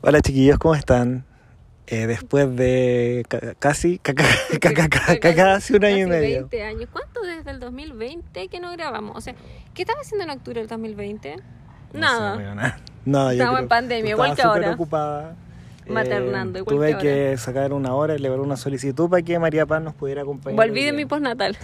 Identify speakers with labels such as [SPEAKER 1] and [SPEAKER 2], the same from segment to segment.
[SPEAKER 1] Hola chiquillos, ¿cómo están? Eh, después de ca- casi, ca- ca- ca- ca- ca- ca- casi un año y
[SPEAKER 2] Casi
[SPEAKER 1] medio.
[SPEAKER 2] 20 años. ¿Cuánto desde el 2020 que no grabamos? O sea, ¿qué estaba haciendo en octubre del 2020?
[SPEAKER 1] No
[SPEAKER 2] Nada.
[SPEAKER 1] sé, weona. No, yo
[SPEAKER 2] Estaba
[SPEAKER 1] creo-
[SPEAKER 2] en pandemia,
[SPEAKER 1] estaba
[SPEAKER 2] igual que
[SPEAKER 1] súper
[SPEAKER 2] ahora.
[SPEAKER 1] ocupada. Eh,
[SPEAKER 2] Maternando, igual
[SPEAKER 1] Tuve
[SPEAKER 2] que
[SPEAKER 1] que sacar una hora, elevar una solicitud para que María Paz nos pudiera acompañar.
[SPEAKER 2] Volví
[SPEAKER 1] hoy
[SPEAKER 2] de
[SPEAKER 1] día.
[SPEAKER 2] mi postnatal.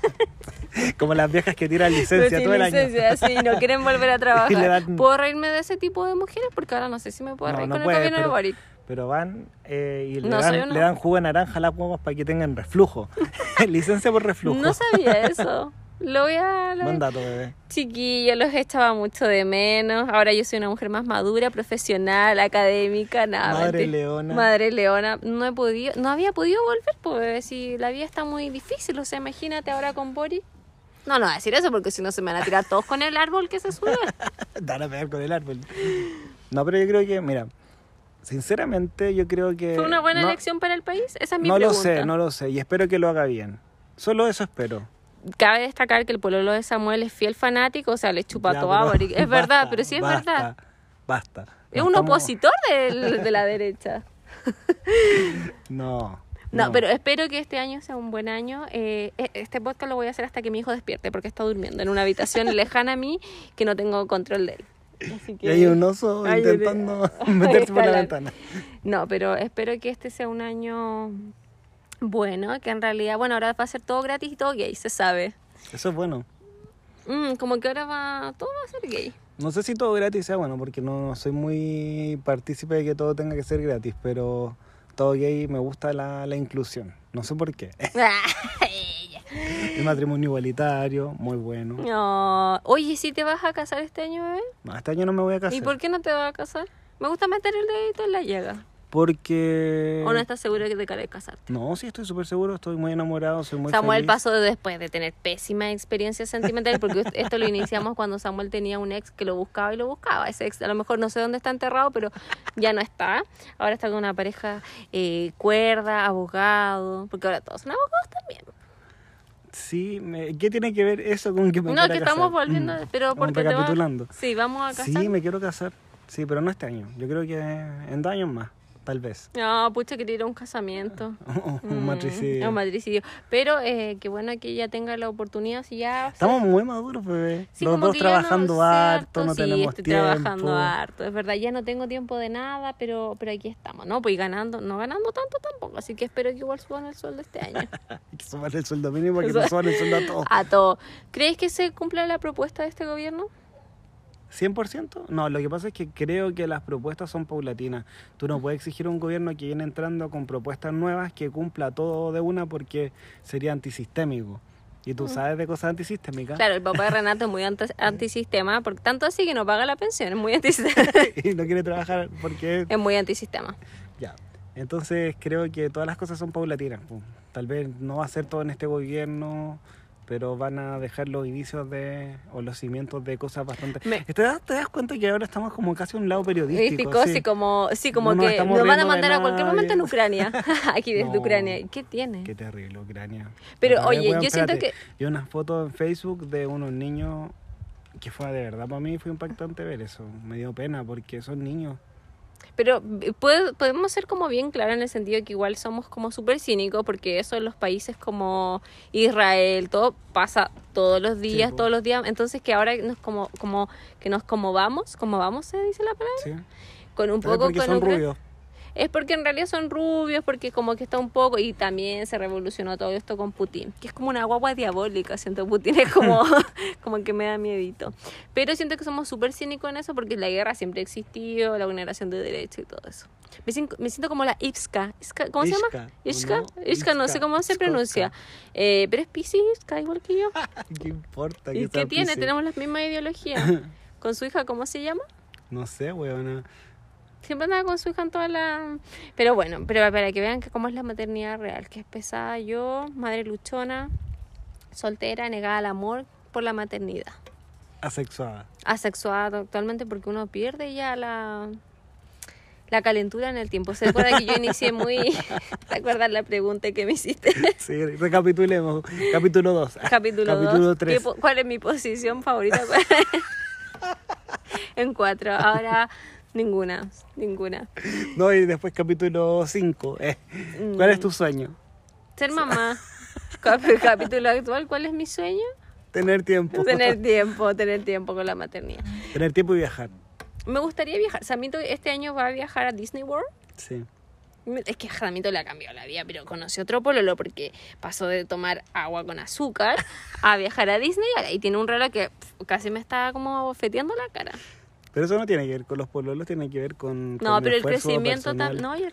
[SPEAKER 1] Como las viejas que tiran
[SPEAKER 2] No
[SPEAKER 1] licencia
[SPEAKER 2] tienen
[SPEAKER 1] todo el año.
[SPEAKER 2] licencia, sí, no quieren volver
[SPEAKER 1] Y
[SPEAKER 2] a
[SPEAKER 1] le
[SPEAKER 2] trabajar.
[SPEAKER 1] dan-
[SPEAKER 2] ¿Puedo reírme de ese tipo de mujeres? Porque ahora no sé si me puedo
[SPEAKER 1] No,
[SPEAKER 2] reír
[SPEAKER 1] no
[SPEAKER 2] con
[SPEAKER 1] puede,
[SPEAKER 2] el gobierno
[SPEAKER 1] pero-
[SPEAKER 2] de Boric.
[SPEAKER 1] Pero van eh, y le,
[SPEAKER 2] No, soy
[SPEAKER 1] dan,
[SPEAKER 2] una-
[SPEAKER 1] le dan jugo de naranja a las guaguas para que tengan reflujo. licencia por reflujo.
[SPEAKER 2] No sabía eso. Lo voy a... lo voy a-
[SPEAKER 1] Mandato, bebé.
[SPEAKER 2] Chiquillo, los echaba mucho de menos. Ahora yo soy una mujer más madura, profesional, académica, nada.
[SPEAKER 1] Madre
[SPEAKER 2] mentira.
[SPEAKER 1] leona.
[SPEAKER 2] Madre leona. No he podido, no había podido volver, pues si la vida está muy difícil. O sea, imagínate ahora con Boris. No, no voy a decir eso porque si no se me van a tirar todos con el árbol que se sube.
[SPEAKER 1] Dar a pegar con el árbol. No, pero yo creo que, mira, sinceramente yo creo que...
[SPEAKER 2] ¿Fue una buena
[SPEAKER 1] Eh, no-
[SPEAKER 2] elección para el país? Esa es mi
[SPEAKER 1] No lo
[SPEAKER 2] pregunta.
[SPEAKER 1] sé, no lo sé, y espero que lo haga bien. Solo eso espero.
[SPEAKER 2] Cabe destacar que el pololo de Samuel es fiel fanático, o sea, le chupa
[SPEAKER 1] Ya,
[SPEAKER 2] todo a
[SPEAKER 1] pero-
[SPEAKER 2] Boric. Es
[SPEAKER 1] basta,
[SPEAKER 2] verdad, pero sí es
[SPEAKER 1] basta,
[SPEAKER 2] verdad.
[SPEAKER 1] Basta.
[SPEAKER 2] Es
[SPEAKER 1] No
[SPEAKER 2] un
[SPEAKER 1] estamos-
[SPEAKER 2] opositor del- de la derecha.
[SPEAKER 1] No.
[SPEAKER 2] No, pero espero que este año sea un buen año. Eh, e- este podcast lo voy a hacer hasta que mi hijo despierte, porque está durmiendo en una habitación lejana a mí que no tengo control de él. Así
[SPEAKER 1] Y
[SPEAKER 2] que...
[SPEAKER 1] hay un oso
[SPEAKER 2] Ay, bebé.
[SPEAKER 1] intentando meterse por la
[SPEAKER 2] Escalar.
[SPEAKER 1] ventana.
[SPEAKER 2] No, pero espero que este sea un año bueno, que en realidad, bueno, ahora va a ser todo gratis y todo gay, se sabe.
[SPEAKER 1] Eso es bueno.
[SPEAKER 2] Mm, como que ahora va, todo va a ser gay.
[SPEAKER 1] No sé si todo gratis sea bueno, porque no, no soy muy partícipe de que todo tenga que ser gratis, pero todo gay me gusta la, la inclusión. No sé por qué. El matrimonio igualitario, muy bueno.
[SPEAKER 2] no. Oye, ¿sí te vas a casar este año, bebé?
[SPEAKER 1] No, este año no me voy a casar.
[SPEAKER 2] ¿Y por qué no te vas a casar? Me gusta meter el dedito en la llaga.
[SPEAKER 1] Porque...
[SPEAKER 2] ¿O no estás seguro de que te de casar?
[SPEAKER 1] No, sí, estoy súper seguro, estoy muy enamorado, soy muy
[SPEAKER 2] Samuel
[SPEAKER 1] feliz.
[SPEAKER 2] pasó después de tener pésima experiencia sentimental, porque esto lo iniciamos cuando Samuel tenía un ex que lo buscaba y lo buscaba. Ese ex a lo mejor no sé dónde está enterrado, pero ya no está. Ahora está con una pareja eh, cuerda, abogado, porque ahora todos son abogados también.
[SPEAKER 1] Sí, me- ¿qué tiene que ver eso con que me
[SPEAKER 2] no,
[SPEAKER 1] quiera
[SPEAKER 2] que estamos
[SPEAKER 1] casar?
[SPEAKER 2] volviendo,
[SPEAKER 1] Mm,
[SPEAKER 2] pero
[SPEAKER 1] estamos
[SPEAKER 2] porque te vas-
[SPEAKER 1] recapitulando.
[SPEAKER 2] Sí, vamos a casar.
[SPEAKER 1] Sí, me quiero casar. Sí, pero no este año. Yo creo que en dos años más, tal vez.
[SPEAKER 2] No, pucha, quería ir a un casamiento.
[SPEAKER 1] un
[SPEAKER 2] Mm,
[SPEAKER 1] matricidio.
[SPEAKER 2] a Un matricidio. Pero eh, qué bueno que ella tenga la oportunidad, si ya...
[SPEAKER 1] Estamos muy maduros, bebé.
[SPEAKER 2] Sí,
[SPEAKER 1] Los
[SPEAKER 2] como
[SPEAKER 1] dos
[SPEAKER 2] que yo no
[SPEAKER 1] trabajando
[SPEAKER 2] sé
[SPEAKER 1] harto, no
[SPEAKER 2] sí,
[SPEAKER 1] tenemos
[SPEAKER 2] estoy
[SPEAKER 1] tiempo.
[SPEAKER 2] trabajando harto, es verdad, ya no tengo tiempo de nada, pero pero aquí estamos, ¿no? Pues y ganando, no ganando tanto tampoco, así que espero que igual suban el sueldo este año.
[SPEAKER 1] Hay que sumar el sueldo mínimo para que
[SPEAKER 2] Eso-
[SPEAKER 1] nos suban el sueldo a todos.
[SPEAKER 2] A todo. ¿Crees que se cumple la propuesta de este gobierno?
[SPEAKER 1] ¿100%? No, lo que pasa es que creo que las propuestas son paulatinas. Tú no puedes exigir a un gobierno que viene entrando con propuestas nuevas que cumpla todo de una porque sería antisistémico. Y tú sabes de cosas antisistémicas.
[SPEAKER 2] Mm. Claro, el papá de Renato es muy anti- antisistema, porque tanto así que no paga la pensión, es muy antisistema.
[SPEAKER 1] y no quiere trabajar porque
[SPEAKER 2] es muy antisistema.
[SPEAKER 1] ya. Entonces creo que todas las cosas son paulatinas. po. Tal vez no va a ser todo en este gobierno, pero van a dejar los inicios de o los cimientos de cosas bastante.
[SPEAKER 2] Me-
[SPEAKER 1] ¿Te, das, te das cuenta que ahora estamos como casi un lado periodístico?
[SPEAKER 2] Místico,
[SPEAKER 1] sí?
[SPEAKER 2] sí, como, sí, como
[SPEAKER 1] No nos
[SPEAKER 2] que
[SPEAKER 1] estamos
[SPEAKER 2] nos van a
[SPEAKER 1] riendo de
[SPEAKER 2] mandar a cualquier
[SPEAKER 1] nadie.
[SPEAKER 2] momento en Ucrania, aquí desde
[SPEAKER 1] No.
[SPEAKER 2] Ucrania. ¿Y ¿Qué tiene?
[SPEAKER 1] Qué terrible, Ucrania.
[SPEAKER 2] Pero,
[SPEAKER 1] Otra vez,
[SPEAKER 2] oye,
[SPEAKER 1] weón,
[SPEAKER 2] yo siento
[SPEAKER 1] espérate. Vi unas fotos en Facebook de unos niños que fue de verdad para mí fue impactante ver eso. Me dio pena porque son niños.
[SPEAKER 2] Pero eh, puede- podemos ser como bien claros en el sentido de que igual somos como súper cínicos porque eso en los países como Israel, todo pasa todos los días,
[SPEAKER 1] po.
[SPEAKER 2] todos los días. Entonces que ahora nos como, como que nos como vamos, como vamos se dice la palabra,
[SPEAKER 1] ¿sí?
[SPEAKER 2] con un
[SPEAKER 1] Tal vez
[SPEAKER 2] poco
[SPEAKER 1] porque
[SPEAKER 2] con
[SPEAKER 1] son
[SPEAKER 2] Ucra-
[SPEAKER 1] rubios.
[SPEAKER 2] Es porque en realidad son rubios, porque como que está un poco y también se revolucionó todo esto con Putin, que es como una guagua diabólica, siento Putin es como como que me da miedito. Pero siento que somos súper cínicos en eso porque la guerra siempre ha existido, la vulneración de derechos y todo eso. Me, sin- me siento como la Ipska. Iska- ¿Cómo se llama?
[SPEAKER 1] Ishka,
[SPEAKER 2] Ishka.
[SPEAKER 1] ¿o no?
[SPEAKER 2] Ishka, no
[SPEAKER 1] Ishka,
[SPEAKER 2] sé cómo se
[SPEAKER 1] Ishka,
[SPEAKER 2] pronuncia. Eh, pero es Piscis, Iska, igual que yo.
[SPEAKER 1] ¿Qué importa?
[SPEAKER 2] ¿Y
[SPEAKER 1] que
[SPEAKER 2] qué
[SPEAKER 1] sea
[SPEAKER 2] tiene?
[SPEAKER 1] Piscis?
[SPEAKER 2] Tenemos las mismas ideologías. ¿Con su hija cómo se llama?
[SPEAKER 1] No sé, weona.
[SPEAKER 2] Siempre andaba con su hija en toda la... Pero bueno, pero para que vean que cómo es la maternidad real, que es pesada yo, madre luchona, soltera, negada al amor por la maternidad.
[SPEAKER 1] Asexuada.
[SPEAKER 2] Asexuada actualmente porque uno pierde ya la, la calentura en el tiempo. ¿Se acuerda que yo inicié muy... ¿Te acuerdas la pregunta que me hiciste?
[SPEAKER 1] Sí, recapitulemos. Capítulo 2.
[SPEAKER 2] Capítulo 2.
[SPEAKER 1] Capítulo 3.
[SPEAKER 2] ¿Cuál es mi posición favorita? en cuatro. Ahora, Ninguna, ninguna.
[SPEAKER 1] No, y después capítulo 5. ¿Cuál es tu
[SPEAKER 2] Mm.
[SPEAKER 1] sueño?
[SPEAKER 2] Ser mamá. Cap- Capítulo actual, ¿cuál es mi sueño?
[SPEAKER 1] Tener tiempo.
[SPEAKER 2] Tener tiempo, tener tiempo con la maternidad.
[SPEAKER 1] Tener tiempo y viajar.
[SPEAKER 2] Me gustaría viajar. Samito este año va a viajar a Disney World.
[SPEAKER 1] Sí.
[SPEAKER 2] Es que Jamito le ha cambiado la vida, pero conoció otro pololo porque pasó de tomar agua con azúcar a viajar a Disney y tiene un rolo que pf, casi me está como abofeteando la cara.
[SPEAKER 1] Pero eso no tiene que ver con los pololos, tiene que ver con.
[SPEAKER 2] No,
[SPEAKER 1] con
[SPEAKER 2] pero el
[SPEAKER 1] esfuerzo
[SPEAKER 2] crecimiento tam-
[SPEAKER 1] personal.
[SPEAKER 2] no, y el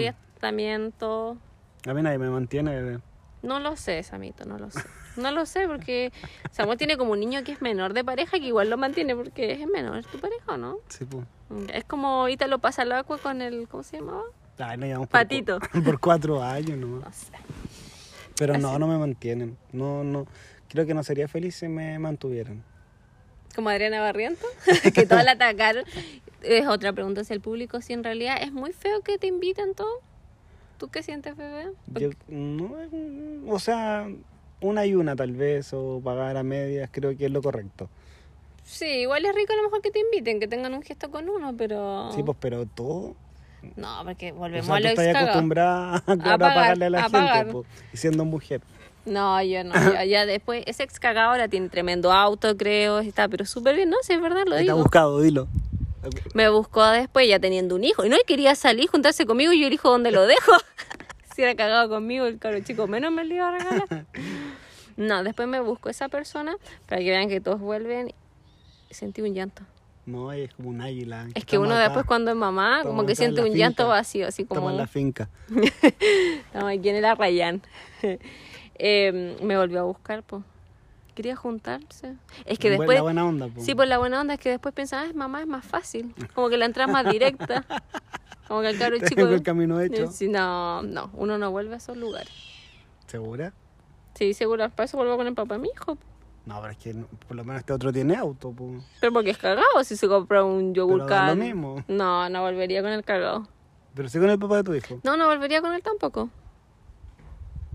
[SPEAKER 2] y tratamiento.
[SPEAKER 1] A mí nadie me mantiene, bebé.
[SPEAKER 2] No lo sé, Samito, no lo sé. No lo sé porque Samuel tiene como un niño que es menor de pareja que igual lo mantiene porque es menor tu pareja, ¿o ¿no?
[SPEAKER 1] Sí, pues.
[SPEAKER 2] Es como Ítalo pasa al agua con el, ¿cómo se llamaba?
[SPEAKER 1] Ay, no, llevamos
[SPEAKER 2] Patito.
[SPEAKER 1] Por, cu- por cuatro años nomás.
[SPEAKER 2] No sé.
[SPEAKER 1] Pero no, no me mantienen. No, no. Creo que no sería feliz si me mantuvieran.
[SPEAKER 2] como Adriana Barriento, que todas la atacaron. Es otra pregunta hacia el público, si en realidad es muy feo que te inviten todo. ¿Tú qué sientes, bebé? Porque-
[SPEAKER 1] Yo, no, eh, o sea, una y una tal vez, o pagar a medias, creo que es lo correcto.
[SPEAKER 2] Sí, igual es rico a lo mejor que te inviten, que tengan un gesto con uno, pero...
[SPEAKER 1] Sí, pues, pero todo.
[SPEAKER 2] No, porque
[SPEAKER 1] O
[SPEAKER 2] volvemos
[SPEAKER 1] sea,
[SPEAKER 2] a
[SPEAKER 1] tú
[SPEAKER 2] lo
[SPEAKER 1] estás
[SPEAKER 2] excagado.
[SPEAKER 1] acostumbrada a, claro, a
[SPEAKER 2] pagar,
[SPEAKER 1] pagarle a la
[SPEAKER 2] a
[SPEAKER 1] gente,
[SPEAKER 2] pagar.
[SPEAKER 1] po, y siendo mujer.
[SPEAKER 2] No, yo no, yo- ya después, ese ex cagado ahora tiene tremendo auto, creo, está, pero súper bien, no, sí, es verdad, lo
[SPEAKER 1] Está
[SPEAKER 2] digo.
[SPEAKER 1] buscado, dilo.
[SPEAKER 2] Me buscó después ya teniendo un hijo, y no, él quería salir, juntarse conmigo, y yo elijo dónde lo dejo. si era cagado conmigo, el caro chico menos me lo iba a regalar. No, después me busco esa persona para que vean que todos vuelven. Sentí un llanto.
[SPEAKER 1] No, es como un águila.
[SPEAKER 2] Es que
[SPEAKER 1] está
[SPEAKER 2] uno
[SPEAKER 1] marcada.
[SPEAKER 2] después cuando es mamá,
[SPEAKER 1] Estamos
[SPEAKER 2] como
[SPEAKER 1] acá
[SPEAKER 2] que
[SPEAKER 1] en
[SPEAKER 2] siente
[SPEAKER 1] la
[SPEAKER 2] un llanto
[SPEAKER 1] finca.
[SPEAKER 2] vacío, así como...
[SPEAKER 1] Estamos en la finca.
[SPEAKER 2] No, ¿y ¿quién era Rayán? Eh, me volvió a buscar, pues. Quería juntarse. Es que
[SPEAKER 1] Bu-
[SPEAKER 2] después...
[SPEAKER 1] La buena onda, po.
[SPEAKER 2] Sí, por la buena onda es que después pensaba, es mamá, es más fácil. Como que la entrada es más directa. Como que el cabro chico...
[SPEAKER 1] Tengo el camino hecho.
[SPEAKER 2] Sí, No, no, uno no vuelve a esos lugares.
[SPEAKER 1] ¿Segura?
[SPEAKER 2] Sí, seguro, para eso vuelvo con el papá de mi hijo.
[SPEAKER 1] No, pero es que no- por lo menos este otro tiene auto, po.
[SPEAKER 2] Pero porque es cagado si se compra un yogur
[SPEAKER 1] Pero da lo
[SPEAKER 2] can.
[SPEAKER 1] mismo.
[SPEAKER 2] No, no volvería con el cagado.
[SPEAKER 1] Pero sí con el papá de tu hijo.
[SPEAKER 2] No, no volvería con él tampoco.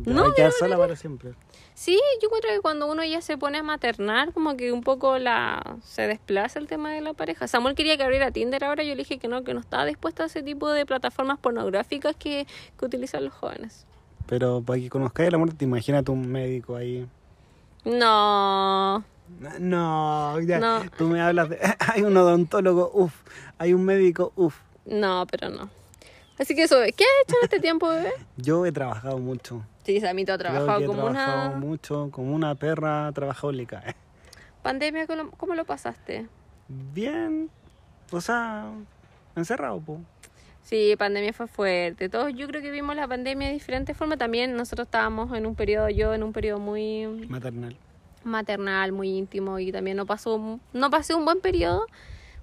[SPEAKER 1] Te
[SPEAKER 2] No,
[SPEAKER 1] va a
[SPEAKER 2] yo
[SPEAKER 1] quedar sola para siempre.
[SPEAKER 2] Sí, yo encuentro que cuando uno ya se pone a maternar, como que un poco la se desplaza el tema de la pareja. Samuel quería que abriera Tinder ahora, yo le dije que no, que no estaba dispuesta a ese tipo de plataformas pornográficas que, que utilizan los jóvenes.
[SPEAKER 1] Pero para que conozcáis el amor, te imagínate un médico ahí.
[SPEAKER 2] No.
[SPEAKER 1] No, ya.
[SPEAKER 2] No.
[SPEAKER 1] Tú me hablas de. Hay un odontólogo, uff. Hay un médico, uff.
[SPEAKER 2] No, pero no. Así que eso, ¿qué has hecho en este tiempo, bebé?
[SPEAKER 1] Yo he trabajado mucho.
[SPEAKER 2] Sí, Samito ha
[SPEAKER 1] Creo
[SPEAKER 2] trabajado
[SPEAKER 1] que he
[SPEAKER 2] como
[SPEAKER 1] trabajado
[SPEAKER 2] una
[SPEAKER 1] mucho, como una perra trabajólica.
[SPEAKER 2] pandemia. ¿Cómo lo, cómo lo pasaste?
[SPEAKER 1] Bien. O sea, encerrado, po.
[SPEAKER 2] Sí, pandemia fue fuerte. Todos yo creo que vimos la pandemia de diferentes formas. También nosotros estábamos en un periodo, yo en un periodo muy
[SPEAKER 1] Maternal.
[SPEAKER 2] maternal, muy íntimo y también no pasó, un- no pasé un buen periodo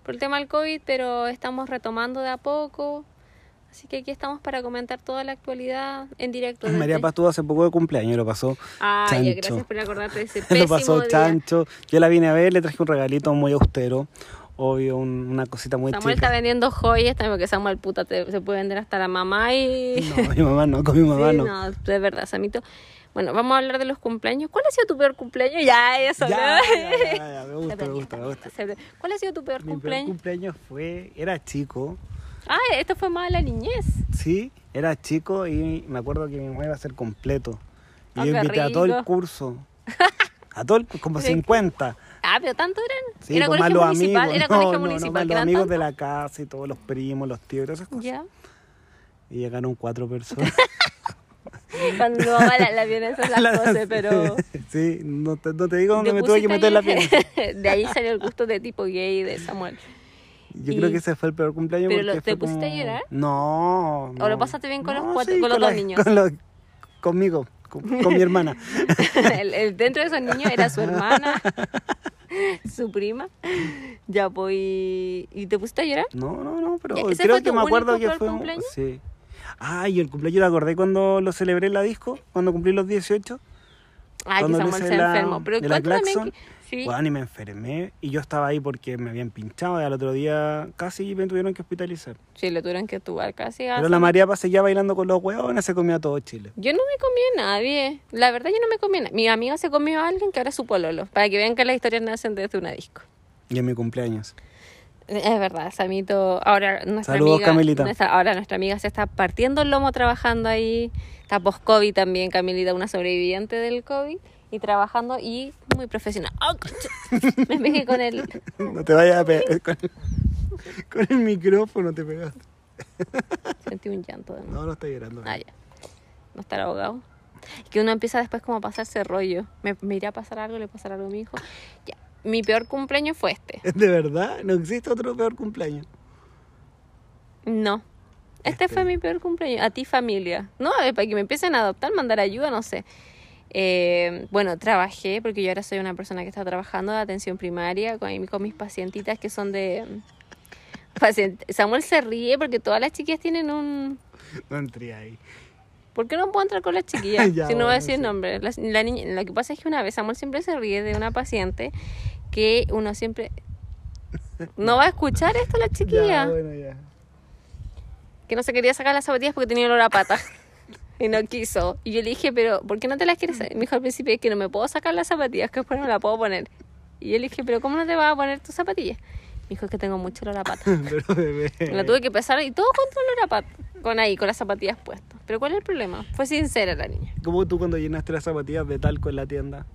[SPEAKER 2] por el tema del COVID, pero estamos retomando de a poco. Así que aquí estamos para comentar toda la actualidad en directo.
[SPEAKER 1] María
[SPEAKER 2] desde-
[SPEAKER 1] Paz tuvo hace poco de cumpleaños, lo pasó.
[SPEAKER 2] Ay, ya, gracias
[SPEAKER 1] Chancho.
[SPEAKER 2] por acordarte de ese pésimo
[SPEAKER 1] lo pasó
[SPEAKER 2] día.
[SPEAKER 1] chancho. Yo la vine a ver, le traje un regalito muy austero. Obvio, un- una cosita muy
[SPEAKER 2] Samuel está
[SPEAKER 1] chica.
[SPEAKER 2] vendiendo joyas también, porque Samuel puta te- se puede vender hasta la mamá y...
[SPEAKER 1] No, mi mamá no, con mi mamá
[SPEAKER 2] Sí,
[SPEAKER 1] no.
[SPEAKER 2] no, de verdad, Samito. Bueno, vamos a hablar de los cumpleaños. ¿Cuál ha sido tu peor cumpleaños? Ya, eso.
[SPEAKER 1] Ya,
[SPEAKER 2] ¿no?
[SPEAKER 1] ya, ya, ya, me gusta, me gusta, me gusta.
[SPEAKER 2] ¿Cuál ha sido tu peor
[SPEAKER 1] Mi primer cumpleaños
[SPEAKER 2] cumpleaños?
[SPEAKER 1] fue, era chico,
[SPEAKER 2] Ah, esto fue más de la niñez.
[SPEAKER 1] sí, era chico y me acuerdo que mi mamá iba a ser completo. Y
[SPEAKER 2] Ah,
[SPEAKER 1] yo
[SPEAKER 2] qué
[SPEAKER 1] invité a todo el
[SPEAKER 2] rico.
[SPEAKER 1] curso, a todo el cu- como
[SPEAKER 2] Pero es que-
[SPEAKER 1] 50.
[SPEAKER 2] Ah, pero tanto eran.
[SPEAKER 1] Sí,
[SPEAKER 2] era
[SPEAKER 1] con
[SPEAKER 2] colegio
[SPEAKER 1] malos
[SPEAKER 2] municipal,
[SPEAKER 1] amigos.
[SPEAKER 2] era
[SPEAKER 1] no, no,
[SPEAKER 2] colegio
[SPEAKER 1] no,
[SPEAKER 2] municipal,
[SPEAKER 1] malos
[SPEAKER 2] que eran
[SPEAKER 1] amigos de
[SPEAKER 2] tantos.
[SPEAKER 1] la casa y todos los primos, los tíos y todas esas cosas.
[SPEAKER 2] Ya.
[SPEAKER 1] Y llegaron cuatro personas.
[SPEAKER 2] Cuando mi mamá la, la viene a hacer las cosas, pero.
[SPEAKER 1] sí, no te, no te digo dónde
[SPEAKER 2] le
[SPEAKER 1] me tuve que
[SPEAKER 2] pusiste
[SPEAKER 1] meter
[SPEAKER 2] ahí-
[SPEAKER 1] la pierna.
[SPEAKER 2] de ahí salió el gusto de tipo gay de Samuel.
[SPEAKER 1] Yo
[SPEAKER 2] Y-
[SPEAKER 1] creo que ese fue el peor cumpleaños.
[SPEAKER 2] ¿Pero lo-
[SPEAKER 1] porque
[SPEAKER 2] te
[SPEAKER 1] fue
[SPEAKER 2] pusiste a
[SPEAKER 1] como-
[SPEAKER 2] llorar?
[SPEAKER 1] No,
[SPEAKER 2] ¿O lo
[SPEAKER 1] no.
[SPEAKER 2] pasaste bien con los
[SPEAKER 1] No,
[SPEAKER 2] cuatro-
[SPEAKER 1] sí,
[SPEAKER 2] con los dos niños?
[SPEAKER 1] con los- conmigo, con, con mi hermana.
[SPEAKER 2] El- el- dentro de esos niños era su hermana, su prima. Ya voy. ¿Y te pusiste a llorar?
[SPEAKER 1] No, no, no, pero
[SPEAKER 2] ¿Y ese
[SPEAKER 1] creo
[SPEAKER 2] fue
[SPEAKER 1] que
[SPEAKER 2] tu
[SPEAKER 1] me acuerdo
[SPEAKER 2] único
[SPEAKER 1] que
[SPEAKER 2] peor
[SPEAKER 1] fue. un-
[SPEAKER 2] cumpleaños?
[SPEAKER 1] Sí. Ay, el cumpleaños lo acordé cuando lo celebré en la disco, cuando cumplí los 18.
[SPEAKER 2] Ay, Ah, que
[SPEAKER 1] cuando
[SPEAKER 2] Samuel
[SPEAKER 1] hice
[SPEAKER 2] se
[SPEAKER 1] la-
[SPEAKER 2] enfermó. Pero
[SPEAKER 1] de la
[SPEAKER 2] cuéntame
[SPEAKER 1] Glaxon,
[SPEAKER 2] que- Sí.
[SPEAKER 1] Bueno, y me enfermé y yo estaba ahí porque me habían pinchado y al otro día casi me tuvieron que hospitalizar.
[SPEAKER 2] Sí, lo tuvieron que tubar casi. a
[SPEAKER 1] Pero la María Paz seguía bailando con los huevones, se comía todo Chile.
[SPEAKER 2] Yo no me comí a nadie. La verdad, yo no me comí a nadie. Mi amiga se comió a alguien que ahora es su pololo. Para que vean que las historias nacen desde una disco.
[SPEAKER 1] Y en mi cumpleaños.
[SPEAKER 2] Es verdad, Samito. Ahora nuestra
[SPEAKER 1] Saludos,
[SPEAKER 2] amiga,
[SPEAKER 1] Camilita.
[SPEAKER 2] nuestra- ahora nuestra amiga se está partiendo el lomo trabajando ahí. Está post-COVID también, Camilita, una sobreviviente del COVID. Y trabajando y muy profesional. ¡Au! Me pegué con el...
[SPEAKER 1] No te vayas a pegar con el, con el micrófono, te pegaste.
[SPEAKER 2] Sentí un llanto de nuevo.
[SPEAKER 1] No, no está llorando.
[SPEAKER 2] Ah, ya. No estar ahogado. Es que uno empieza después como a pasarse rollo. Me, me irá a pasar algo, le pasará algo a mi hijo. Ya. Mi peor cumpleaños fue este.
[SPEAKER 1] De verdad, no existe otro peor cumpleaños.
[SPEAKER 2] No. Este
[SPEAKER 1] Este.
[SPEAKER 2] fue mi peor cumpleaños. A ti, familia. No, eh, para que me empiecen a adoptar, mandar ayuda, no sé. Eh, bueno, trabajé, porque yo ahora soy una persona que está trabajando de atención primaria con, con mis pacientitas que son de... pacient- Samuel se ríe porque todas las chiquillas tienen un...
[SPEAKER 1] No entré ahí.
[SPEAKER 2] ¿Por qué no puedo entrar con las chiquillas?
[SPEAKER 1] Ya,
[SPEAKER 2] si no voy a
[SPEAKER 1] bueno,
[SPEAKER 2] decir
[SPEAKER 1] sí.
[SPEAKER 2] nombre. La, la niña, lo que pasa es que una vez Samuel siempre se ríe de una paciente que uno siempre... No va a escuchar esto la chiquilla.
[SPEAKER 1] Ya, bueno, ya.
[SPEAKER 2] que no se quería sacar las zapatillas porque tenía olor a pata. Y no quiso. Y yo le dije, pero ¿por qué no te las quieres sacar? Me dijo al principio, es que no me puedo sacar las zapatillas, que después no me las puedo poner. Y yo le dije, pero ¿cómo no te vas a poner tus zapatillas? Me dijo, es que tengo mucho olor a pata.
[SPEAKER 1] Pero bebé.
[SPEAKER 2] La tuve que pesar y todo con tu olor a pata. Con ahí, con las zapatillas puestas. Pero ¿cuál es el problema? Fue sincera la niña.
[SPEAKER 1] Como tú cuando llenaste las zapatillas de talco en la tienda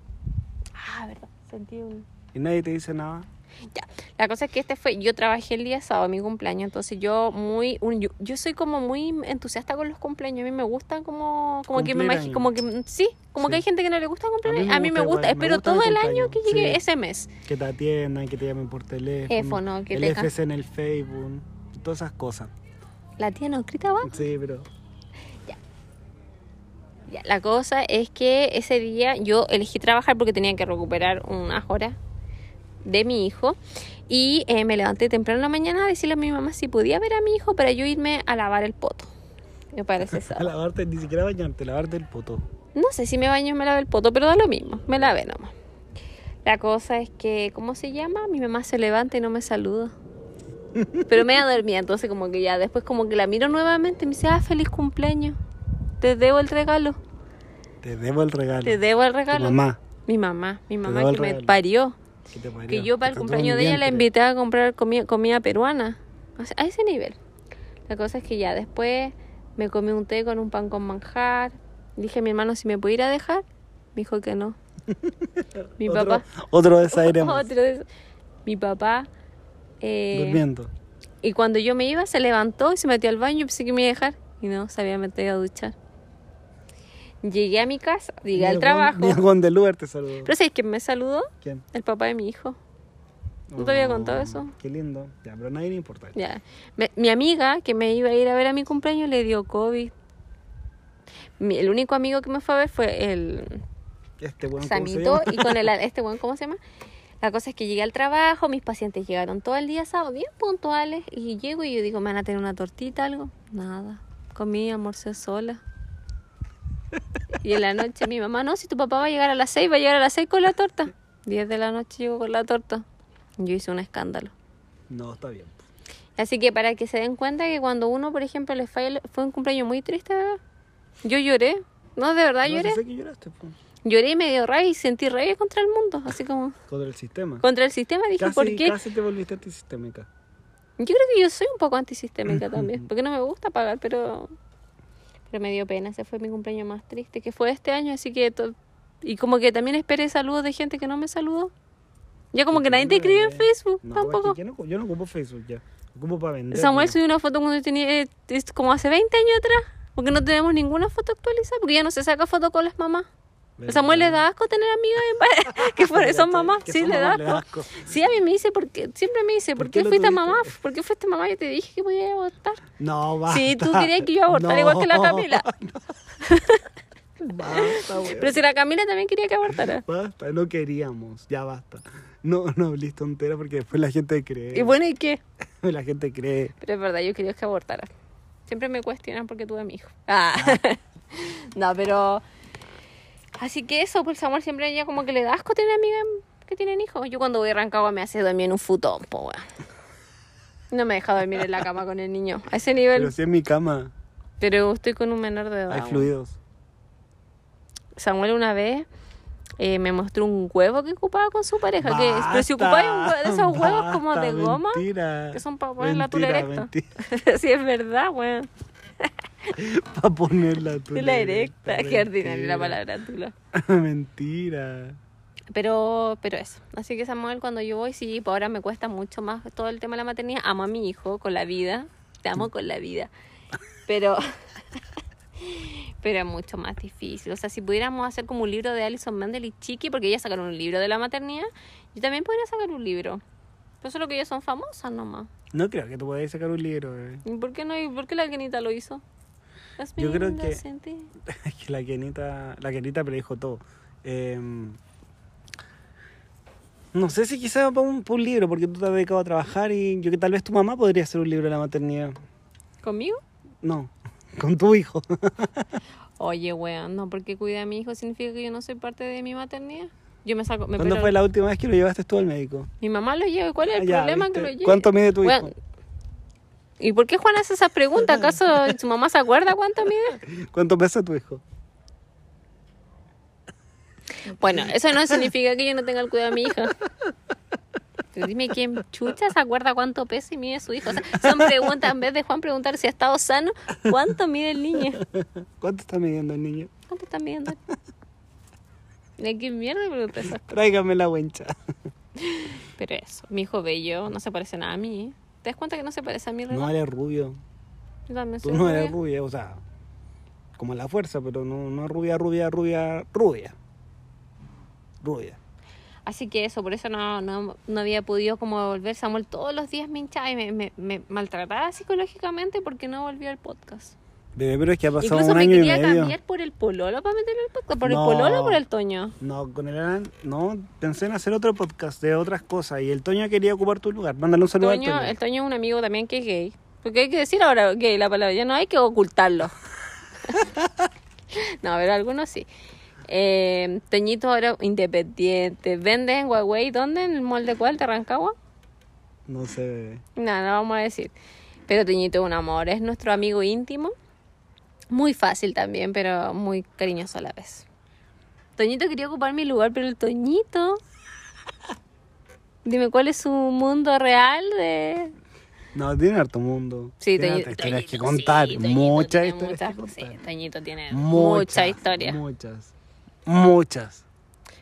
[SPEAKER 2] Ah, verdad. Sentí un...
[SPEAKER 1] y nadie te dice nada.
[SPEAKER 2] Ya, la cosa es que este fue, yo trabajé el día sábado, mi cumpleaños, entonces yo muy, un- yo, yo soy como muy entusiasta con los cumpleaños, a mí me gusta como, como que me
[SPEAKER 1] Cumplir
[SPEAKER 2] imagino,
[SPEAKER 1] años.
[SPEAKER 2] como que, sí, como
[SPEAKER 1] Sí.
[SPEAKER 2] que hay gente que no le gusta cumplir, a mí me, gusta,
[SPEAKER 1] igual, me
[SPEAKER 2] espero
[SPEAKER 1] gustan
[SPEAKER 2] todo
[SPEAKER 1] los
[SPEAKER 2] el año que
[SPEAKER 1] cumpleaños,
[SPEAKER 2] llegue
[SPEAKER 1] sí.
[SPEAKER 2] ese mes.
[SPEAKER 1] Que te atiendan, que te llamen por teléfono.
[SPEAKER 2] Teléfono, que
[SPEAKER 1] el
[SPEAKER 2] te ca-
[SPEAKER 1] FC en el Facebook, todas esas cosas.
[SPEAKER 2] La tía no gritaba.
[SPEAKER 1] Sí, pero
[SPEAKER 2] Ya, la cosa es que ese día yo elegí trabajar porque tenía que recuperar unas horas de mi hijo y eh, me levanté temprano en la mañana a decirle a mi mamá si podía ver a mi hijo para yo irme a lavar el poto. Me parece eso.
[SPEAKER 1] a lavarte, ni siquiera bañarte, lavarte el poto.
[SPEAKER 2] No sé si me baño o me lave el poto, pero da lo mismo, me lavé nomás. La cosa es que, ¿cómo se llama? Mi mamá se levanta y no me saluda. Pero me dormía, entonces como que ya después como que la miro nuevamente y me dice, ah, feliz cumpleaños. Te debo el regalo.
[SPEAKER 1] Te debo el regalo.
[SPEAKER 2] Te debo el
[SPEAKER 1] tu
[SPEAKER 2] regalo.
[SPEAKER 1] mamá,
[SPEAKER 2] Mi mamá, mi
[SPEAKER 1] debo
[SPEAKER 2] mamá
[SPEAKER 1] el
[SPEAKER 2] que me
[SPEAKER 1] regalo.
[SPEAKER 2] parió.
[SPEAKER 1] que te parió.
[SPEAKER 2] Que yo para el
[SPEAKER 1] Está todo
[SPEAKER 2] cumpleaños
[SPEAKER 1] en
[SPEAKER 2] de ella la
[SPEAKER 1] vientre.
[SPEAKER 2] invité a comprar comida, comida peruana. O sea, a ese nivel. La cosa es que ya después me comí un té con un pan con manjar. Dije a mi hermano si me pudiera ir a dejar. Me dijo que no. Mi
[SPEAKER 1] Otro-
[SPEAKER 2] papá.
[SPEAKER 1] Otro desaire más.
[SPEAKER 2] Otro de esos. Mi papá. eh,
[SPEAKER 1] Durmiendo.
[SPEAKER 2] y cuando yo me iba, se levantó y se metió al baño. Yo pensé que me iba a dejar. Y no, se había metido a duchar. Llegué a mi casa, llegué al trabajo.
[SPEAKER 1] Ni Juan del Uber te saludó.
[SPEAKER 2] Pero ¿sabes quién me saludó?
[SPEAKER 1] ¿Quién? Oh,
[SPEAKER 2] El papá de mi hijo. ¿No te había contado eso?
[SPEAKER 1] Qué lindo. Ya, pero a nadie le importa.
[SPEAKER 2] Ya. Me- Mi amiga que me iba a ir a ver a mi cumpleaños le dio COVID. Mi- el único amigo que me fue a ver fue el
[SPEAKER 1] Este weón ¿cómo se
[SPEAKER 2] Samito
[SPEAKER 1] llama?
[SPEAKER 2] y con el este buen, ¿cómo se llama? La cosa es que llegué al trabajo, mis pacientes llegaron todo el día sábado, bien puntuales, y llego y yo digo, ¿me van a tener una tortita algo? Nada. Comí, almorcé sola. Y en la noche mi mamá, no, si tu papá va a llegar a las seis, va a llegar a las seis con la torta. 10 de la noche llego con la torta. Yo hice un escándalo.
[SPEAKER 1] No, está bien.
[SPEAKER 2] Así que para que se den cuenta que cuando uno, por ejemplo, le falla, fue un cumpleaños muy triste, ¿verdad? Yo lloré. No, de verdad
[SPEAKER 1] No, sí
[SPEAKER 2] lloré.
[SPEAKER 1] sé que lloraste, po.
[SPEAKER 2] Lloré y me dio rabia y sentí rabia contra el mundo. Así como
[SPEAKER 1] Contra el sistema.
[SPEAKER 2] contra el sistema dije,
[SPEAKER 1] casi,
[SPEAKER 2] ¿por qué?
[SPEAKER 1] casi te volviste antisistémica.
[SPEAKER 2] Yo creo que yo soy un poco antisistémica también, porque no me gusta pagar, pero pero me dio pena, ese fue mi cumpleaños más triste, que fue este año, así que to- y como que también esperé saludos de gente que no me saludó. Ya como que nadie te escribe en Facebook,
[SPEAKER 1] No,
[SPEAKER 2] tampoco.
[SPEAKER 1] es que yo, no, yo no ocupo Facebook ya. Ocupo para vender.
[SPEAKER 2] Samuel
[SPEAKER 1] ya.
[SPEAKER 2] subió una foto cuando yo tenía eh, es como hace 20 años atrás, porque no tenemos ninguna foto actualizada, porque ya no se saca foto con las mamás.
[SPEAKER 1] ¿Verdad?
[SPEAKER 2] Samuel le da asco tener amigas en- que fueron- son mamás,
[SPEAKER 1] Que
[SPEAKER 2] sí
[SPEAKER 1] son
[SPEAKER 2] le da
[SPEAKER 1] mamás, le da
[SPEAKER 2] asco.
[SPEAKER 1] asco.
[SPEAKER 2] Sí, a mí me dice, porque, siempre me dice, ¿por
[SPEAKER 1] ¿Por
[SPEAKER 2] qué,
[SPEAKER 1] qué lo
[SPEAKER 2] fuiste
[SPEAKER 1] tuviste?
[SPEAKER 2] mamá? ¿Por qué fuiste mamá? Yo te dije que voy a abortar.
[SPEAKER 1] No, basta.
[SPEAKER 2] Sí, tú querías que yo abortara igual que la
[SPEAKER 1] No,
[SPEAKER 2] Camila.
[SPEAKER 1] Basta, weón.
[SPEAKER 2] Pero si la Camila también quería que abortara.
[SPEAKER 1] Basta, no queríamos, ya basta. No, no hables tontera porque después la gente cree.
[SPEAKER 2] Y bueno, ¿y qué?
[SPEAKER 1] La gente cree.
[SPEAKER 2] Pero es verdad, yo quería que abortara. Siempre me cuestionan porque tuve a mi hijo. Ah. no, pero... Así que eso, pues Samuel siempre ella como que le da asco tener amigas que tienen hijos. Yo cuando voy a Rancagua me hace dormir en un futón, po, weón. No me deja dormir en la cama con el niño. A ese nivel...
[SPEAKER 1] Pero si en mi cama
[SPEAKER 2] Ah, Pero estoy con un menor de edad.
[SPEAKER 1] hay
[SPEAKER 2] weón.
[SPEAKER 1] fluidos.
[SPEAKER 2] Samuel una vez eh, me mostró un huevo que ocupaba con su pareja. que, pero si ocupáis un hue- de esos
[SPEAKER 1] Basta,
[SPEAKER 2] huevos como de
[SPEAKER 1] basta,
[SPEAKER 2] goma,
[SPEAKER 1] mentira,
[SPEAKER 2] que son para poner la tula
[SPEAKER 1] mentira,
[SPEAKER 2] erecta.
[SPEAKER 1] mentira.
[SPEAKER 2] sí, es verdad, weón.
[SPEAKER 1] Para poner la tula
[SPEAKER 2] Tula erecta. Qué ordinaria
[SPEAKER 1] mentira.
[SPEAKER 2] la palabra tula.
[SPEAKER 1] mentira.
[SPEAKER 2] Pero, pero eso. Así que Samuel, cuando yo voy, sí, pues ahora me cuesta mucho más todo el tema de la maternidad. Amo a mi hijo con la vida. Te amo con la vida. Pero, pero es mucho más difícil. O sea, si pudiéramos hacer como un libro de Alison Mandel y Chiqui, porque ellas sacaron un libro de la maternidad, yo también podría sacar un libro. Pero solo que ellas son famosas nomás.
[SPEAKER 1] No creo que tú podáis sacar un libro, eh. bebé.
[SPEAKER 2] ¿Y por qué no? ¿Y por qué la Kenita lo hizo? Las
[SPEAKER 1] Yo creo
[SPEAKER 2] meninas
[SPEAKER 1] que-
[SPEAKER 2] sin ti.
[SPEAKER 1] Es que la Kenita, la Kenita predijo todo. Em, no sé si quizás para un, pa' un libro, porque tú te has dedicado a trabajar y yo que tal vez tu mamá podría hacer un libro de la maternidad.
[SPEAKER 2] ¿Conmigo?
[SPEAKER 1] No, con tu hijo.
[SPEAKER 2] Oye, weón, no, porque cuida a mi hijo significa que yo no soy parte de mi maternidad. Yo me saco. Me
[SPEAKER 1] ¿Cuándo
[SPEAKER 2] pero-
[SPEAKER 1] fue la última vez que lo llevaste tú al médico?
[SPEAKER 2] Mi mamá lo lleva. ¿y ¿Cuál es el
[SPEAKER 1] Ah, ya,
[SPEAKER 2] problema que
[SPEAKER 1] ¿viste?
[SPEAKER 2] lo lleve?
[SPEAKER 1] ¿Cuánto mide tu
[SPEAKER 2] Weón,
[SPEAKER 1] hijo?
[SPEAKER 2] ¿Y por qué Juan hace esas preguntas? ¿Acaso su mamá se acuerda cuánto mide?
[SPEAKER 1] ¿Cuánto pesa tu hijo?
[SPEAKER 2] Bueno, eso no significa que yo no tenga el cuidado de mi hija. Pero dime quién chucha se acuerda cuánto pesa y mide su hijo. O sea, son preguntas, en vez de Juan preguntar si ha estado sano, ¿cuánto mide el niño?
[SPEAKER 1] ¿Cuánto está midiendo el niño?
[SPEAKER 2] ¿Cuánto están midiendo? ¿De qué mierda pregunta eso?
[SPEAKER 1] Tráigame la huencha.
[SPEAKER 2] Pero eso, mi hijo bello no se parece nada a mí. ¿Te das cuenta que no se parece a mí?
[SPEAKER 1] No
[SPEAKER 2] Renato?
[SPEAKER 1] eres rubio.
[SPEAKER 2] Yo también
[SPEAKER 1] Tú
[SPEAKER 2] soy
[SPEAKER 1] no eres
[SPEAKER 2] rubia.
[SPEAKER 1] rubia, o sea, como la fuerza, pero no, no rubia, rubia, rubia, rubia. Rubia.
[SPEAKER 2] Así que eso, por eso no, no, no había podido como volver. Samuel todos los días me hinchaba y me, me, me maltrataba psicológicamente porque no volvió al podcast.
[SPEAKER 1] Bebé, pero es que ha pasado
[SPEAKER 2] Incluso
[SPEAKER 1] un
[SPEAKER 2] me
[SPEAKER 1] año y
[SPEAKER 2] quería
[SPEAKER 1] medio.
[SPEAKER 2] cambiar por el pololo para meterlo al podcast. ¿Por
[SPEAKER 1] No.
[SPEAKER 2] el pololo o por el toño?
[SPEAKER 1] No, con el Alan, no, pensé en hacer otro podcast de otras cosas y el Toño quería ocupar tu lugar. Mándale un saludo
[SPEAKER 2] Toño,
[SPEAKER 1] al Toño.
[SPEAKER 2] el toño es un amigo también que es gay. Porque hay que decir ahora gay la palabra, ya no hay que ocultarlo. no, pero algunos sí. Eh, Toñito ahora independiente. ¿Vende en Huawei? ¿Dónde? ¿En el molde cuál? ¿De Rancagua?
[SPEAKER 1] No sé, bebé.
[SPEAKER 2] No, no vamos a decir. Pero Toñito es un amor, es nuestro amigo íntimo. Muy fácil también, pero muy cariñoso a la vez. Toñito quería ocupar mi lugar, pero el Toñito. Dime cuál es su mundo real de.
[SPEAKER 1] No, tiene harto mundo.
[SPEAKER 2] Sí,
[SPEAKER 1] tiene
[SPEAKER 2] Toñito.
[SPEAKER 1] hartas historias que
[SPEAKER 2] Toñito,
[SPEAKER 1] contar.
[SPEAKER 2] sí, Toñito
[SPEAKER 1] muchas
[SPEAKER 2] tiene
[SPEAKER 1] historias que
[SPEAKER 2] muchas-
[SPEAKER 1] contar.
[SPEAKER 2] sí, Toñito tiene
[SPEAKER 1] Muchas,
[SPEAKER 2] mucha historia.
[SPEAKER 1] Muchas. Muchas.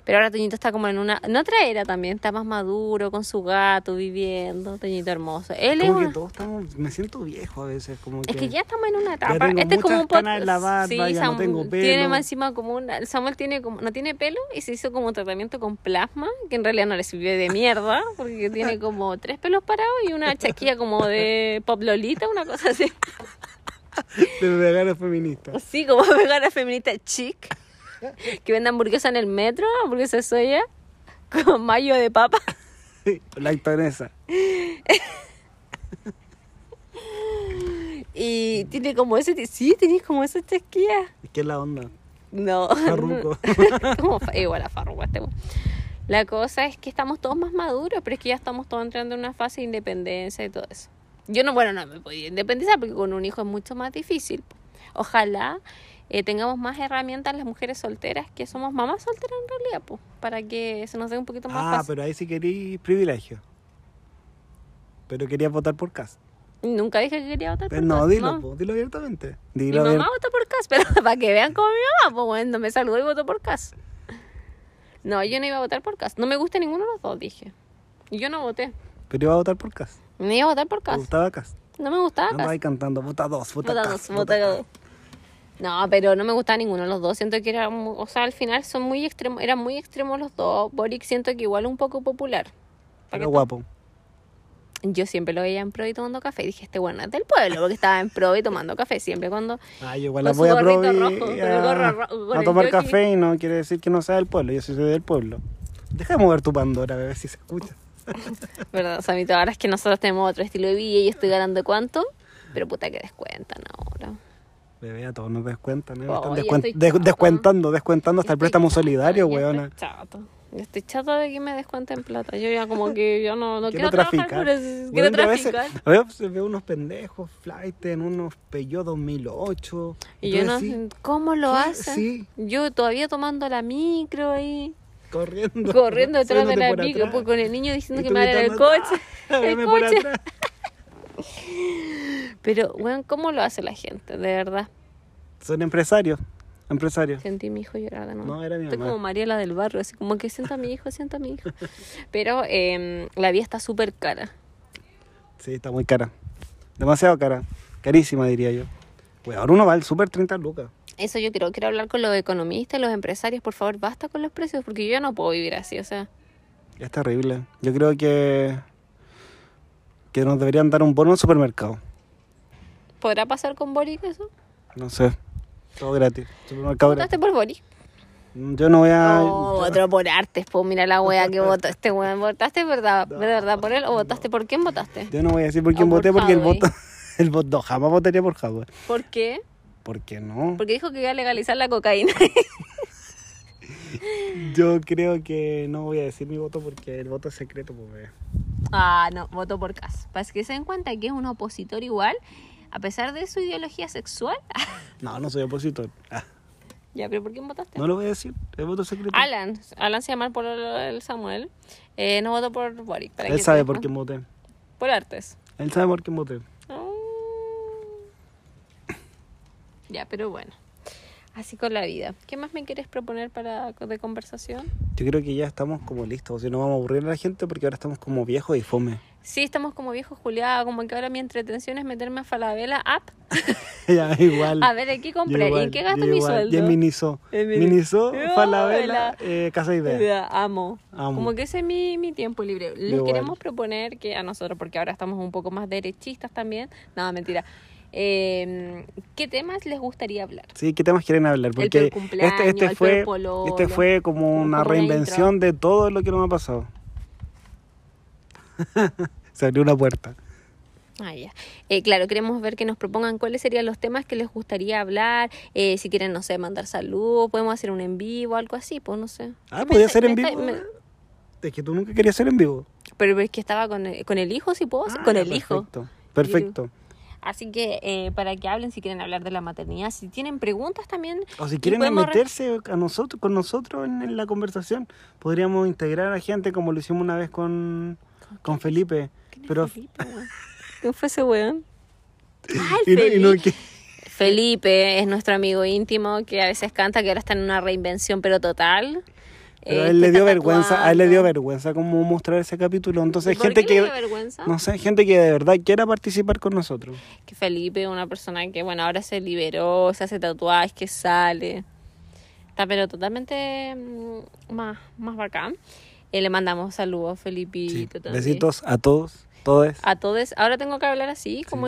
[SPEAKER 2] Pero ahora Toñito está como en una. En otra era también, está más maduro, con su gato, viviendo. Toñito hermoso. Él es
[SPEAKER 1] Como que
[SPEAKER 2] una-
[SPEAKER 1] todos estamos, me siento viejo a veces, como que...
[SPEAKER 2] Es que ya estamos en una etapa.
[SPEAKER 1] tengo
[SPEAKER 2] este es como
[SPEAKER 1] muchas
[SPEAKER 2] un podcast.
[SPEAKER 1] canas en la barba, ya no tengo
[SPEAKER 2] Tiene
[SPEAKER 1] pelo.
[SPEAKER 2] más encima como una. el Samuel tiene como, no tiene pelo y se hizo como un tratamiento con plasma, que en realidad no le sirvió de mierda, porque tiene como tres pelos parados y una chaquilla como de pop lolita, una cosa así.
[SPEAKER 1] Pero de vegano feminista.
[SPEAKER 2] Así como vegana feminista chic. Que vende hamburguesa en el metro, hamburguesa de soya, con mayo de papa.
[SPEAKER 1] Lactonesa.
[SPEAKER 2] Y tiene como ese. Sí, tenés como esa chaquilla.
[SPEAKER 1] Es que es la onda.
[SPEAKER 2] No.
[SPEAKER 1] Farruko.
[SPEAKER 2] Como fa- igual a Farruko este weón. La cosa es que estamos todos más maduros, pero es que ya estamos todos entrando en una fase de independencia y todo eso. Yo no, bueno, no me podía independizar porque con un hijo es mucho más difícil. Ojalá eh, tengamos más herramientas las mujeres solteras que somos mamás solteras en realidad, pues, para que se nos dé un poquito más
[SPEAKER 1] Ah,
[SPEAKER 2] fácil.
[SPEAKER 1] pero ahí sí querí privilegio. Pero quería votar por Cas.
[SPEAKER 2] Nunca dije que quería votar por
[SPEAKER 1] Eh, No,
[SPEAKER 2] Kast,
[SPEAKER 1] dilo, po, dilo abiertamente. Dilo
[SPEAKER 2] mi
[SPEAKER 1] abier-
[SPEAKER 2] mamá votó por Cas, pero para que vean cómo mi mamá, pues bueno, me saludó y votó por Cas. No, yo no iba a votar por Cas. No me gusta ninguno de los dos, dije. Y yo no voté.
[SPEAKER 1] Pero iba a votar por Cas.
[SPEAKER 2] No iba a votar por
[SPEAKER 1] ¿Te
[SPEAKER 2] Cas.
[SPEAKER 1] gustaba Cas?
[SPEAKER 2] No me gustaba
[SPEAKER 1] No
[SPEAKER 2] Cas.
[SPEAKER 1] ahí cantando. Vota dos, vota,
[SPEAKER 2] Vota
[SPEAKER 1] Kast,
[SPEAKER 2] dos,
[SPEAKER 1] vota
[SPEAKER 2] vota
[SPEAKER 1] Kast.
[SPEAKER 2] dos. No, pero no me gustaba ninguno de los dos. Siento que era, mu- o sea, al final son muy extremos, eran muy extremos los dos. Boric siento que igual un poco popular. Para
[SPEAKER 1] Era
[SPEAKER 2] que
[SPEAKER 1] guapo.
[SPEAKER 2] Yo siempre lo veía en pro y tomando café. Y dije, este bueno es del pueblo, porque estaba en pro y tomando café. Siempre cuando
[SPEAKER 1] Ah, yo igual
[SPEAKER 2] Con
[SPEAKER 1] la
[SPEAKER 2] su
[SPEAKER 1] voy a
[SPEAKER 2] gorrito
[SPEAKER 1] probar
[SPEAKER 2] rojo, con el gorro rojo, con
[SPEAKER 1] a
[SPEAKER 2] el
[SPEAKER 1] tomar
[SPEAKER 2] jockey.
[SPEAKER 1] café y no quiere decir que no sea del pueblo. Yo sí soy del pueblo. Deja de mover tu pandora, bebé, si se escucha.
[SPEAKER 2] ¿Verdad? O sea, mi ahora es que nosotros tenemos otro estilo de vida y yo estoy ganando cuánto, pero puta que descuentan ahora.
[SPEAKER 1] Bebé, a todos nos descuentan, ¿eh? Me están
[SPEAKER 2] Oh, yo
[SPEAKER 1] descuen-
[SPEAKER 2] estoy
[SPEAKER 1] de-
[SPEAKER 2] chata.
[SPEAKER 1] descuentando, descuentando hasta el
[SPEAKER 2] Estoy
[SPEAKER 1] préstamo
[SPEAKER 2] chata,
[SPEAKER 1] solidario,
[SPEAKER 2] yo estoy
[SPEAKER 1] weona.
[SPEAKER 2] Chata. Yo estoy chata de que me descuenten plata. Yo ya como que yo no, no
[SPEAKER 1] Quiero
[SPEAKER 2] quiero,
[SPEAKER 1] traficar.
[SPEAKER 2] trabajar por eso. Quiero
[SPEAKER 1] Weón, yo a veces-
[SPEAKER 2] traficar.
[SPEAKER 1] A veces se ve unos pendejos, flight, en unos Peugeot 2008.
[SPEAKER 2] Y yo
[SPEAKER 1] tú
[SPEAKER 2] no,
[SPEAKER 1] decís,
[SPEAKER 2] ¿cómo lo
[SPEAKER 1] ¿qué?
[SPEAKER 2] hacen?
[SPEAKER 1] Sí.
[SPEAKER 2] Yo todavía tomando la micro ahí.
[SPEAKER 1] Corriendo.
[SPEAKER 2] corriendo detrás de
[SPEAKER 1] Suénate
[SPEAKER 2] la
[SPEAKER 1] por
[SPEAKER 2] amiga,
[SPEAKER 1] atrás.
[SPEAKER 2] pues, con el niño diciendo
[SPEAKER 1] Y
[SPEAKER 2] que
[SPEAKER 1] tú
[SPEAKER 2] me va a dar el
[SPEAKER 1] gritando,
[SPEAKER 2] coche.
[SPEAKER 1] "Ah,
[SPEAKER 2] el
[SPEAKER 1] veme por
[SPEAKER 2] coche".
[SPEAKER 1] atrás.
[SPEAKER 2] Pero, bueno, ¿cómo lo hace la gente? De verdad.
[SPEAKER 1] Son empresarios. Empresarios.
[SPEAKER 2] Sentí a mi hijo llorar de nuevo.
[SPEAKER 1] No, era mi
[SPEAKER 2] Estoy
[SPEAKER 1] mamá.
[SPEAKER 2] como Mariela del Barrio, así como que sienta a mi hijo, sienta a mi hijo. Pero eh, la vida está súper cara.
[SPEAKER 1] Sí, está muy cara. Demasiado cara. Carísima, diría yo. Bueno, ahora uno va al super 30 lucas.
[SPEAKER 2] Eso yo quiero, quiero hablar con los economistas, los empresarios, por favor, basta con los precios, porque yo ya no puedo vivir así, o sea.
[SPEAKER 1] Es terrible. Yo creo que. que nos deberían dar un bono al supermercado.
[SPEAKER 2] ¿Podrá pasar con Boric eso?
[SPEAKER 1] No sé. Todo gratis. Supermercado gratis.
[SPEAKER 2] ¿Votaste por Boric?
[SPEAKER 1] Yo no voy a.
[SPEAKER 2] No, otro por artes, pues mira la wea que votó este weón. ¿Votaste verdad, de verdad por él o votaste por quién votaste?
[SPEAKER 1] Yo no voy a decir por quién
[SPEAKER 2] O por
[SPEAKER 1] voté porque el
[SPEAKER 2] Huawei.
[SPEAKER 1] voto. El voto no, jamás votaría por Huawei.
[SPEAKER 2] ¿Por qué?
[SPEAKER 1] ¿Por qué no?
[SPEAKER 2] Porque dijo que iba a legalizar la cocaína.
[SPEAKER 1] Yo creo que no voy a decir mi voto porque el voto es secreto, pues. bebé.
[SPEAKER 2] ah, no, votó por Cas. Para que se den cuenta que es un opositor igual, a pesar de su ideología sexual.
[SPEAKER 1] No, no soy opositor. Ah,
[SPEAKER 2] ya, pero ¿por quién votaste?
[SPEAKER 1] no lo voy a decir. El voto es secreto.
[SPEAKER 2] Alan, Alan se llama por el Samuel. Eh, no votó por Boric. para
[SPEAKER 1] Él
[SPEAKER 2] que
[SPEAKER 1] sabe
[SPEAKER 2] sepa.
[SPEAKER 1] por quién voté.
[SPEAKER 2] Por artes.
[SPEAKER 1] Él sabe por quién voté.
[SPEAKER 2] Oh. Ya, pero bueno. Así con la vida. ¿Qué más me quieres proponer para de conversación?
[SPEAKER 1] Yo creo que ya estamos como listos. O sea, no vamos a aburrir a la gente porque ahora estamos como viejos y fome.
[SPEAKER 2] Sí, estamos como viejos Juliá, como que ahora mi entretención es meterme a Falabella app.
[SPEAKER 1] ya, igual.
[SPEAKER 2] A ver, ¿en qué compré?
[SPEAKER 1] Yo
[SPEAKER 2] ¿En qué
[SPEAKER 1] igual,
[SPEAKER 2] gasto
[SPEAKER 1] yo
[SPEAKER 2] mi
[SPEAKER 1] igual.
[SPEAKER 2] sueldo?
[SPEAKER 1] Y en Miniso.
[SPEAKER 2] En Mini-
[SPEAKER 1] Miniso,
[SPEAKER 2] ¡Oh,
[SPEAKER 1] Falabella,
[SPEAKER 2] la-
[SPEAKER 1] eh, Casa Idea.
[SPEAKER 2] Ya, amo.
[SPEAKER 1] Amo.
[SPEAKER 2] Como que ese es mi, mi tiempo libre. Les
[SPEAKER 1] igual.
[SPEAKER 2] queremos proponer que a nosotros, porque ahora estamos un poco más derechistas también. No, mentira. Eh, ¿Qué temas les gustaría hablar?
[SPEAKER 1] Sí, ¿qué temas quieren hablar?
[SPEAKER 2] peor
[SPEAKER 1] Porque
[SPEAKER 2] cumpleaños,
[SPEAKER 1] este, este,
[SPEAKER 2] el peor
[SPEAKER 1] fue,
[SPEAKER 2] pololo.
[SPEAKER 1] este fue como
[SPEAKER 2] Como
[SPEAKER 1] una
[SPEAKER 2] una
[SPEAKER 1] reinvención de todo lo que nos ha pasado. Se abrió una puerta.
[SPEAKER 2] Ah, ya. Eh, claro, queremos ver que nos propongan cuáles serían los temas que les gustaría hablar. eh, si quieren, no sé, mandar salud, podemos hacer un en vivo, algo así, pues no sé.
[SPEAKER 1] Ah,
[SPEAKER 2] Me
[SPEAKER 1] podía
[SPEAKER 2] está-
[SPEAKER 1] ser en
[SPEAKER 2] me
[SPEAKER 1] vivo.
[SPEAKER 2] está- me-
[SPEAKER 1] Es que tú nunca querías ser en vivo.
[SPEAKER 2] Pero es que estaba con el, con el hijo, si puedo,
[SPEAKER 1] Ah,
[SPEAKER 2] con
[SPEAKER 1] ya,
[SPEAKER 2] el hijo.
[SPEAKER 1] Perfecto. Perfecto.
[SPEAKER 2] Así que eh, para que hablen, si quieren hablar de la maternidad, si tienen preguntas también.
[SPEAKER 1] O si
[SPEAKER 2] y
[SPEAKER 1] quieren
[SPEAKER 2] podemos re-
[SPEAKER 1] meterse a nosotros, con nosotros en, en la conversación, podríamos integrar a gente como lo hicimos una vez con, con Felipe.
[SPEAKER 2] ¿Quién es
[SPEAKER 1] Pero,
[SPEAKER 2] Felipe, weón? ¿Quién fue ese weón? Ah, el
[SPEAKER 1] y no- y no
[SPEAKER 2] Felipe.
[SPEAKER 1] que-
[SPEAKER 2] Felipe es nuestro amigo íntimo que a veces canta, que ahora está en una reinvención, pero total.
[SPEAKER 1] pero
[SPEAKER 2] Eh,
[SPEAKER 1] a él
[SPEAKER 2] que
[SPEAKER 1] le dio
[SPEAKER 2] está
[SPEAKER 1] vergüenza, a él le
[SPEAKER 2] tatuando.
[SPEAKER 1] dio vergüenza como mostrar ese capítulo. Entonces,
[SPEAKER 2] ¿Y por
[SPEAKER 1] gente
[SPEAKER 2] qué le
[SPEAKER 1] que
[SPEAKER 2] dio vergüenza?
[SPEAKER 1] no sé, gente que de verdad quiera participar con nosotros.
[SPEAKER 2] Que Felipe es una persona que, bueno, ahora se liberó, se hace tatuajes, que sale. Está pero totalmente mm, más, más bacán. Eh, le mandamos saludos, Felipito.
[SPEAKER 1] Sí.
[SPEAKER 2] también.
[SPEAKER 1] Besitos a todos, todes.
[SPEAKER 2] A todos. Ahora tengo que hablar así, como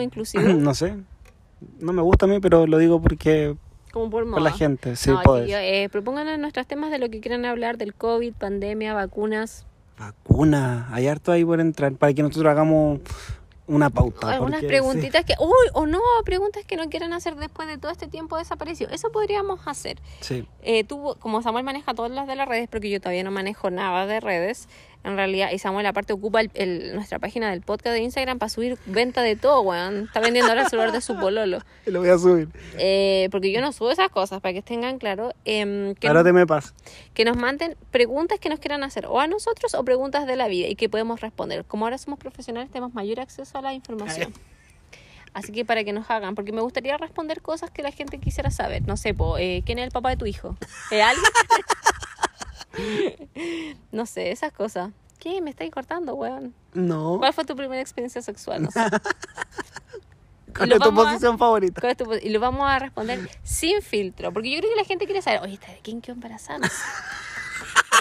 [SPEAKER 2] inclusive,
[SPEAKER 1] no sé. No me gusta a mí, pero lo digo porque
[SPEAKER 2] como por moda.
[SPEAKER 1] por la gente, sí,
[SPEAKER 2] No,
[SPEAKER 1] podes.
[SPEAKER 2] chiquillo, eh, propónganos nuestros temas de lo que quieran hablar, del COVID, pandemia, vacunas.
[SPEAKER 1] Vacuna, hay harto ahí por entrar para que nosotros hagamos una pauta.
[SPEAKER 2] Algunas
[SPEAKER 1] porque-
[SPEAKER 2] preguntitas que, uy, o no, preguntas que no quieran hacer después de todo este tiempo desaparecido. Eso podríamos hacer.
[SPEAKER 1] Sí, sí.
[SPEAKER 2] Eh, tú, como Samuel maneja todas las de las redes, porque yo todavía no manejo nada de redes, en realidad, y Samuel aparte ocupa el- el- nuestra página del podcast de Instagram para subir venta de todo, weón. Está vendiendo ahora el celular de su pololo.
[SPEAKER 1] Lo voy a subir.
[SPEAKER 2] Eh, porque yo no subo esas cosas, para que tengan claro. em, que,
[SPEAKER 1] Ahora te me pasa.
[SPEAKER 2] que nos manden preguntas que nos quieran hacer, o a nosotros, o preguntas de la vida, y que podemos responder. Como ahora somos profesionales, tenemos mayor acceso a la información. Así que para que nos hagan, porque me gustaría responder cosas que la gente quisiera saber. No sé, po, eh, ¿quién es el papá de tu hijo? ¿Eh, ¿Alguien? no sé, esas cosas. ¿Qué? Me estáis cortando, weón.
[SPEAKER 1] No.
[SPEAKER 2] ¿Cuál fue tu primera experiencia sexual? No sé.
[SPEAKER 1] ¿Cuál
[SPEAKER 2] lo
[SPEAKER 1] es tu
[SPEAKER 2] vamos a-
[SPEAKER 1] posición favorita?
[SPEAKER 2] ¿Cuál es tu pos- este Y lo vamos a responder sin filtro, porque yo creo que la gente quiere saber, oye, ¿esta de quién quedó embarazada? No sé.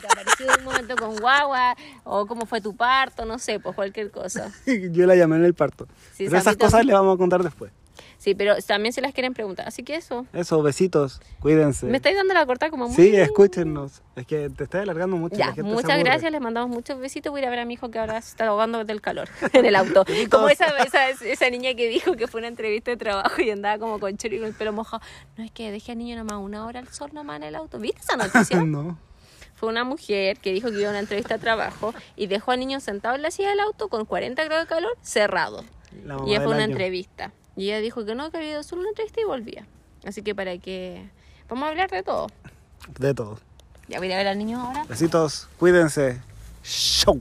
[SPEAKER 2] ¿Te apareció en un momento con guagua? ¿O cómo fue tu parto? No sé, pues cualquier cosa.
[SPEAKER 1] Yo la llamé en el parto.
[SPEAKER 2] Sí,
[SPEAKER 1] pero esas
[SPEAKER 2] Samito.
[SPEAKER 1] cosas le vamos a contar después.
[SPEAKER 2] Sí, pero también se las quieren preguntar. Así que eso.
[SPEAKER 1] Eso, besitos, cuídense.
[SPEAKER 2] Me estáis dando la cortada como muy...
[SPEAKER 1] Sí, escúchenos. Es que te está alargando mucho. la
[SPEAKER 2] Ya,
[SPEAKER 1] gente se
[SPEAKER 2] muchas
[SPEAKER 1] aburre.
[SPEAKER 2] gracias, les mandamos muchos besitos. Voy a ir a ver a mi hijo que ahora se está ahogando del calor en el auto. Como esa, esa, esa niña que dijo que fue a una entrevista de trabajo y andaba como con chorro y con el pelo mojado. No es que dejé al niño nomás una hora al sol nomás en el auto. ¿Viste esa noticia?
[SPEAKER 1] no.
[SPEAKER 2] Fue una mujer que dijo que iba a una entrevista de trabajo y dejó al niño sentado en la silla del auto con 40 grados de calor cerrado.
[SPEAKER 1] La mamá
[SPEAKER 2] Y ella
[SPEAKER 1] del
[SPEAKER 2] fue a una
[SPEAKER 1] año.
[SPEAKER 2] entrevista. Y ella dijo que no, que había ido solo a una entrevista y volvía. Así que para que... Vamos a hablar de todo.
[SPEAKER 1] De todo.
[SPEAKER 2] Ya voy a ir a ver al niño ahora.
[SPEAKER 1] Besitos, cuídense. Show.